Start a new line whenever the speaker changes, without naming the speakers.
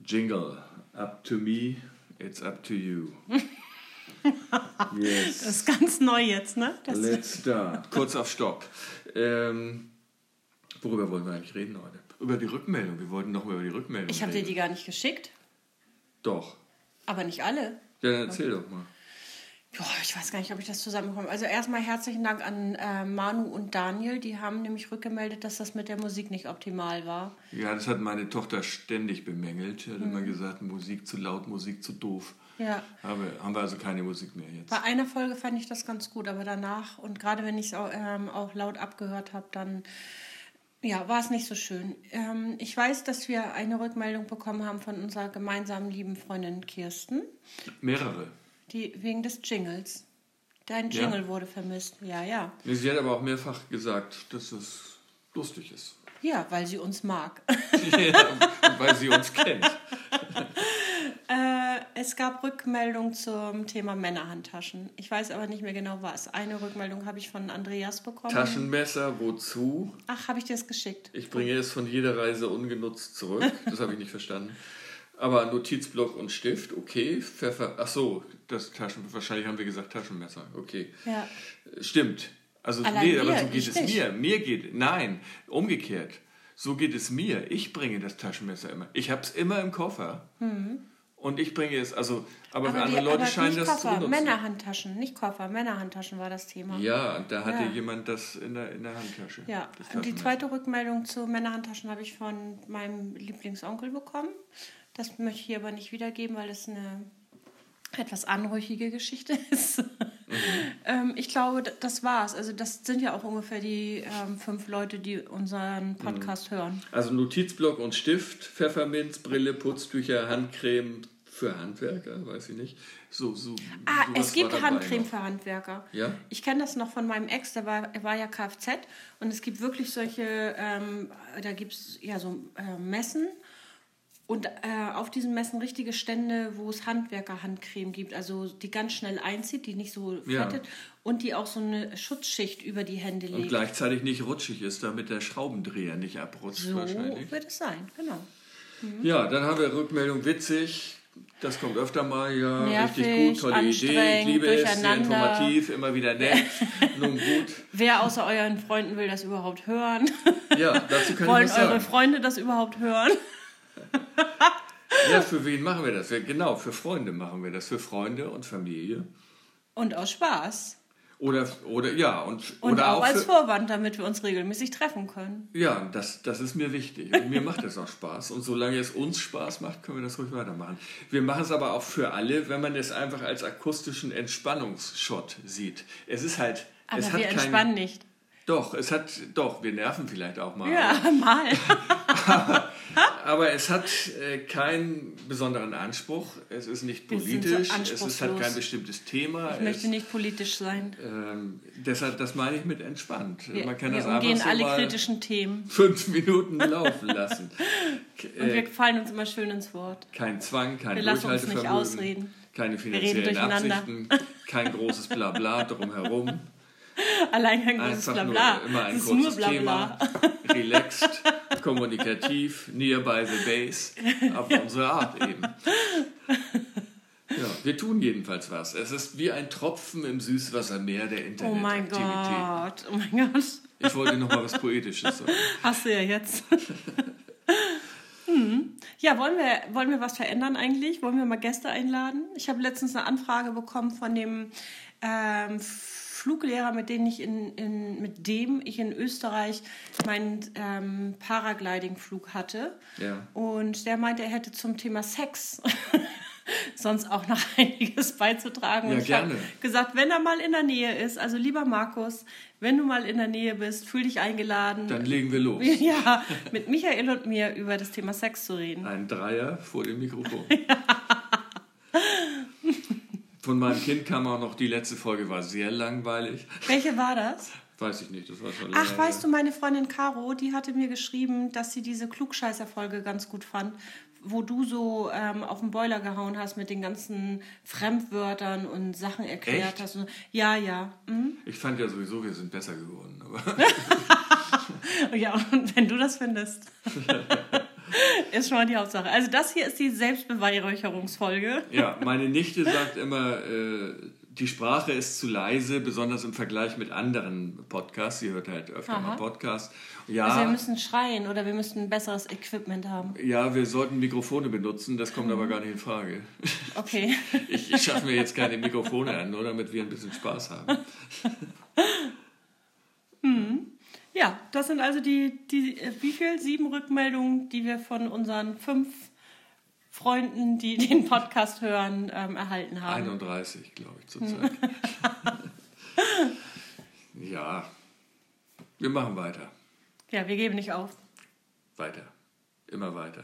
Jingle. Up to me, it's up to you. yes.
Das ist ganz neu jetzt, ne? Das
Let's start. Kurz auf Stopp. Ähm, worüber wollen wir eigentlich reden heute? Über die Rückmeldung. Wir wollten nochmal über die Rückmeldung
ich habe dir
reden.
die gar nicht geschickt,
Doch.
aber nicht alle.
Ja, dann erzähl doch mal.
Boah, ich weiß gar nicht, ob ich das zusammenbekomme. Also erstmal herzlichen Dank an äh, Manu und Daniel. Die haben nämlich rückgemeldet, dass das mit der Musik nicht optimal war.
Ja, das hat meine Tochter ständig bemängelt. Sie hat immer gesagt, Musik zu laut, Musik zu doof.
Mhm. Ja.
Aber haben wir also keine Musik mehr jetzt.
Bei einer Folge fand ich das ganz gut, aber danach und gerade wenn ich es auch, ähm, auch laut abgehört habe, dann ja, war es nicht so schön. Ähm, ich weiß, dass wir eine Rückmeldung bekommen haben von unserer gemeinsamen lieben Freundin Kirsten,
Mehrere.
die wegen des Jingles. Dein
Ja.
Jingle wurde vermisst. Ja, ja.
Nee, Sie hat aber auch mehrfach gesagt, dass es lustig ist.
Ja, weil sie uns mag.
ja, weil sie uns kennt.
Äh, es gab Rückmeldung zum Thema Männerhandtaschen. Ich weiß aber nicht mehr genau was. Eine Rückmeldung habe ich von Andreas bekommen.
Taschenmesser, wozu?
Ach, habe ich dir das geschickt?
Ich bringe es von jeder Reise ungenutzt zurück. Das habe ich nicht verstanden. Aber Notizblock und Stift, okay. Pfeffer, ach so, das Taschen, wahrscheinlich haben wir gesagt Taschenmesser, okay.
Ja.
Stimmt. Also,
Allein
nee, aber
mir,
so geht
ich
es
nicht.
mir. Mir geht, nein, umgekehrt. So geht es mir. Ich bringe das Taschenmesser immer. Ich habe es immer im Koffer. Und ich bringe es, also, aber, andere
die-
Leute
Mhm. aber
scheinen
nicht
das zu
Koffer,
benutzen.
Männerhandtaschen, nicht Koffer, Männerhandtaschen war das Thema.
Ja, und da hatte
Ja.
jemand das in der, in der Handtasche.
Ja,
das
die
Taschenmesser.
zweite Rückmeldung zu Männerhandtaschen habe ich von meinem Lieblingsonkel bekommen. Das möchte ich hier aber nicht wiedergeben, weil es eine etwas anrüchige Geschichte ist. ähm, ich glaube, d- das war's. Also das sind ja auch ungefähr die ähm, fünf Leute, die unseren Podcast hören.
Also Notizblock und Stift, Pfefferminz, Brille, Putztücher, Handcreme für Handwerker, weiß ich nicht. So, so,
Ah,
sowas
es gibt
war dabei
Handcreme
noch.
für Handwerker.
Ja?
Ich kenne das noch von meinem Ex, der war, er war ja Kfz und es gibt wirklich solche, ähm, da gibt es ja so äh, Messen und äh, auf diesen Messen richtige Stände, wo es Handwerker-Handcreme gibt, also die ganz schnell einzieht, die nicht so
Ja.
fettet und die auch so eine Schutzschicht über die Hände
Und
legt.
gleichzeitig nicht rutschig ist, damit der Schraubendreher nicht abrutscht
so
wahrscheinlich.
wird es sein, genau.
Ja, dann haben wir Rückmeldung witzig. Das kommt öfter mal, ja, richtig
Nervig,
gut, tolle Idee. Ich
anstrengend,
liebe es, sehr
durcheinander.
informativ, immer wieder nett. Nun gut.
Wer außer euren Freunden will das überhaupt hören?
Ja, dazu kann
Wollen
ich was
eure
sagen.
Freunde das überhaupt hören?
Ja, für wen machen wir das? Ja, genau, für Freunde machen wir das. Für Freunde und Familie.
Und aus Spaß.
Oder, oder ja, und,
Und
oder
auch,
für,
als Vorwand, damit wir uns regelmäßig treffen können.
Ja, das, das ist mir wichtig. Und mir macht das auch Spaß. Und solange es uns Spaß macht, können wir das ruhig weitermachen. Wir machen es aber auch für alle, wenn man es einfach als akustischen Entspannungsshot sieht. Es ist halt.
Aber
es hat
wir
keinen-
entspannen nicht.
Doch, es hat. Doch, wir nerven vielleicht auch mal.
Ja, mal.
Aber es hat äh, keinen besonderen Anspruch. Es ist nicht
Wir sind so
politisch. es ist, hat
anspruchslos.
kein bestimmtes Thema.
Ich möchte
es,
nicht politisch sein.
ähm, deshalb, das meine ich mit entspannt.
Wir,
man kann
wir
das einfach
umgehen
so
alle
mal
kritischen Themen.
fünf Minuten laufen lassen.
Und
Äh,
wir fallen uns immer schön ins Wort.
Kein Zwang, kein
Wir lassen uns
Durchhaltevermögen,
nicht ausreden.
keine
reden
finanziellen
durcheinander.
Absichten, kein großes Blabla drumherum.
Allein kein großes
Einfach
Blabla.
nur immer ein
es ist nur
kurzes
Blabla.
Thema. Relaxed, kommunikativ, nearby the base, auf unsere Art eben. Ja, wir tun jedenfalls was. Es ist wie ein Tropfen im Süßwassermeer der
Oh mein
Internetaktivität.
Gott. Oh mein Gott.
Ich wollte noch mal was Poetisches sagen.
Hast du ja jetzt. Hm. Ja, wollen wir, wollen wir was verändern eigentlich? Wollen wir mal Gäste einladen? Ich habe letztens eine Anfrage bekommen von dem ähm, Fluglehrer, mit dem ich in, in, mit dem ich in Österreich meinen ähm, Paragliding-Flug hatte.
Ja.
Und der meinte, er hätte zum Thema Sex sonst auch noch einiges beizutragen.
Ja,
Und ich hab
gerne.
gesagt, wenn er mal in der Nähe ist, also lieber Markus, wenn du mal in der Nähe bist, fühl dich eingeladen.
Dann legen wir los.
ja, mit Michael und mir über das Thema Sex zu reden.
Ein Dreier vor dem Mikrofon. Von meinem Kind kam auch noch, die letzte Folge war sehr langweilig.
Welche war das?
Weiß ich nicht, das war schon
Ach, weißt du, meine Freundin Caro, die hatte mir geschrieben, dass sie diese Klugscheißer-Folge ganz gut fand, wo du so ähm, auf den Boiler gehauen hast mit den ganzen Fremdwörtern und Sachen erklärt
Echt?
hast. Und, ja, ja. Mhm.
Ich fand ja sowieso, wir sind besser geworden. Aber
Ja, und wenn du das findest. Ist schon mal die Hauptsache. Also das hier ist die Selbstbeweihräucherungsfolge.
Ja, meine Nichte sagt immer, äh, die Sprache ist zu leise, besonders im Vergleich mit anderen Podcasts. Sie hört halt öfter
Aha.
mal Podcasts. Ja,
Also wir müssen schreien oder wir müssen besseres Equipment haben.
ja, wir sollten Mikrofone benutzen, das kommt
Mhm.
aber gar nicht in Frage.
Okay.
Ich, ich schaffe mir jetzt keine Mikrofone an, nur damit wir ein bisschen Spaß haben.
Ja, das sind also die, die äh, wie viel? Sieben Rückmeldungen, die wir von unseren fünf Freunden, die den Podcast hören, ähm, erhalten haben.
Also. 31, glaube ich, zurzeit. ja, wir machen weiter.
Ja, wir geben nicht auf.
Weiter. Immer weiter.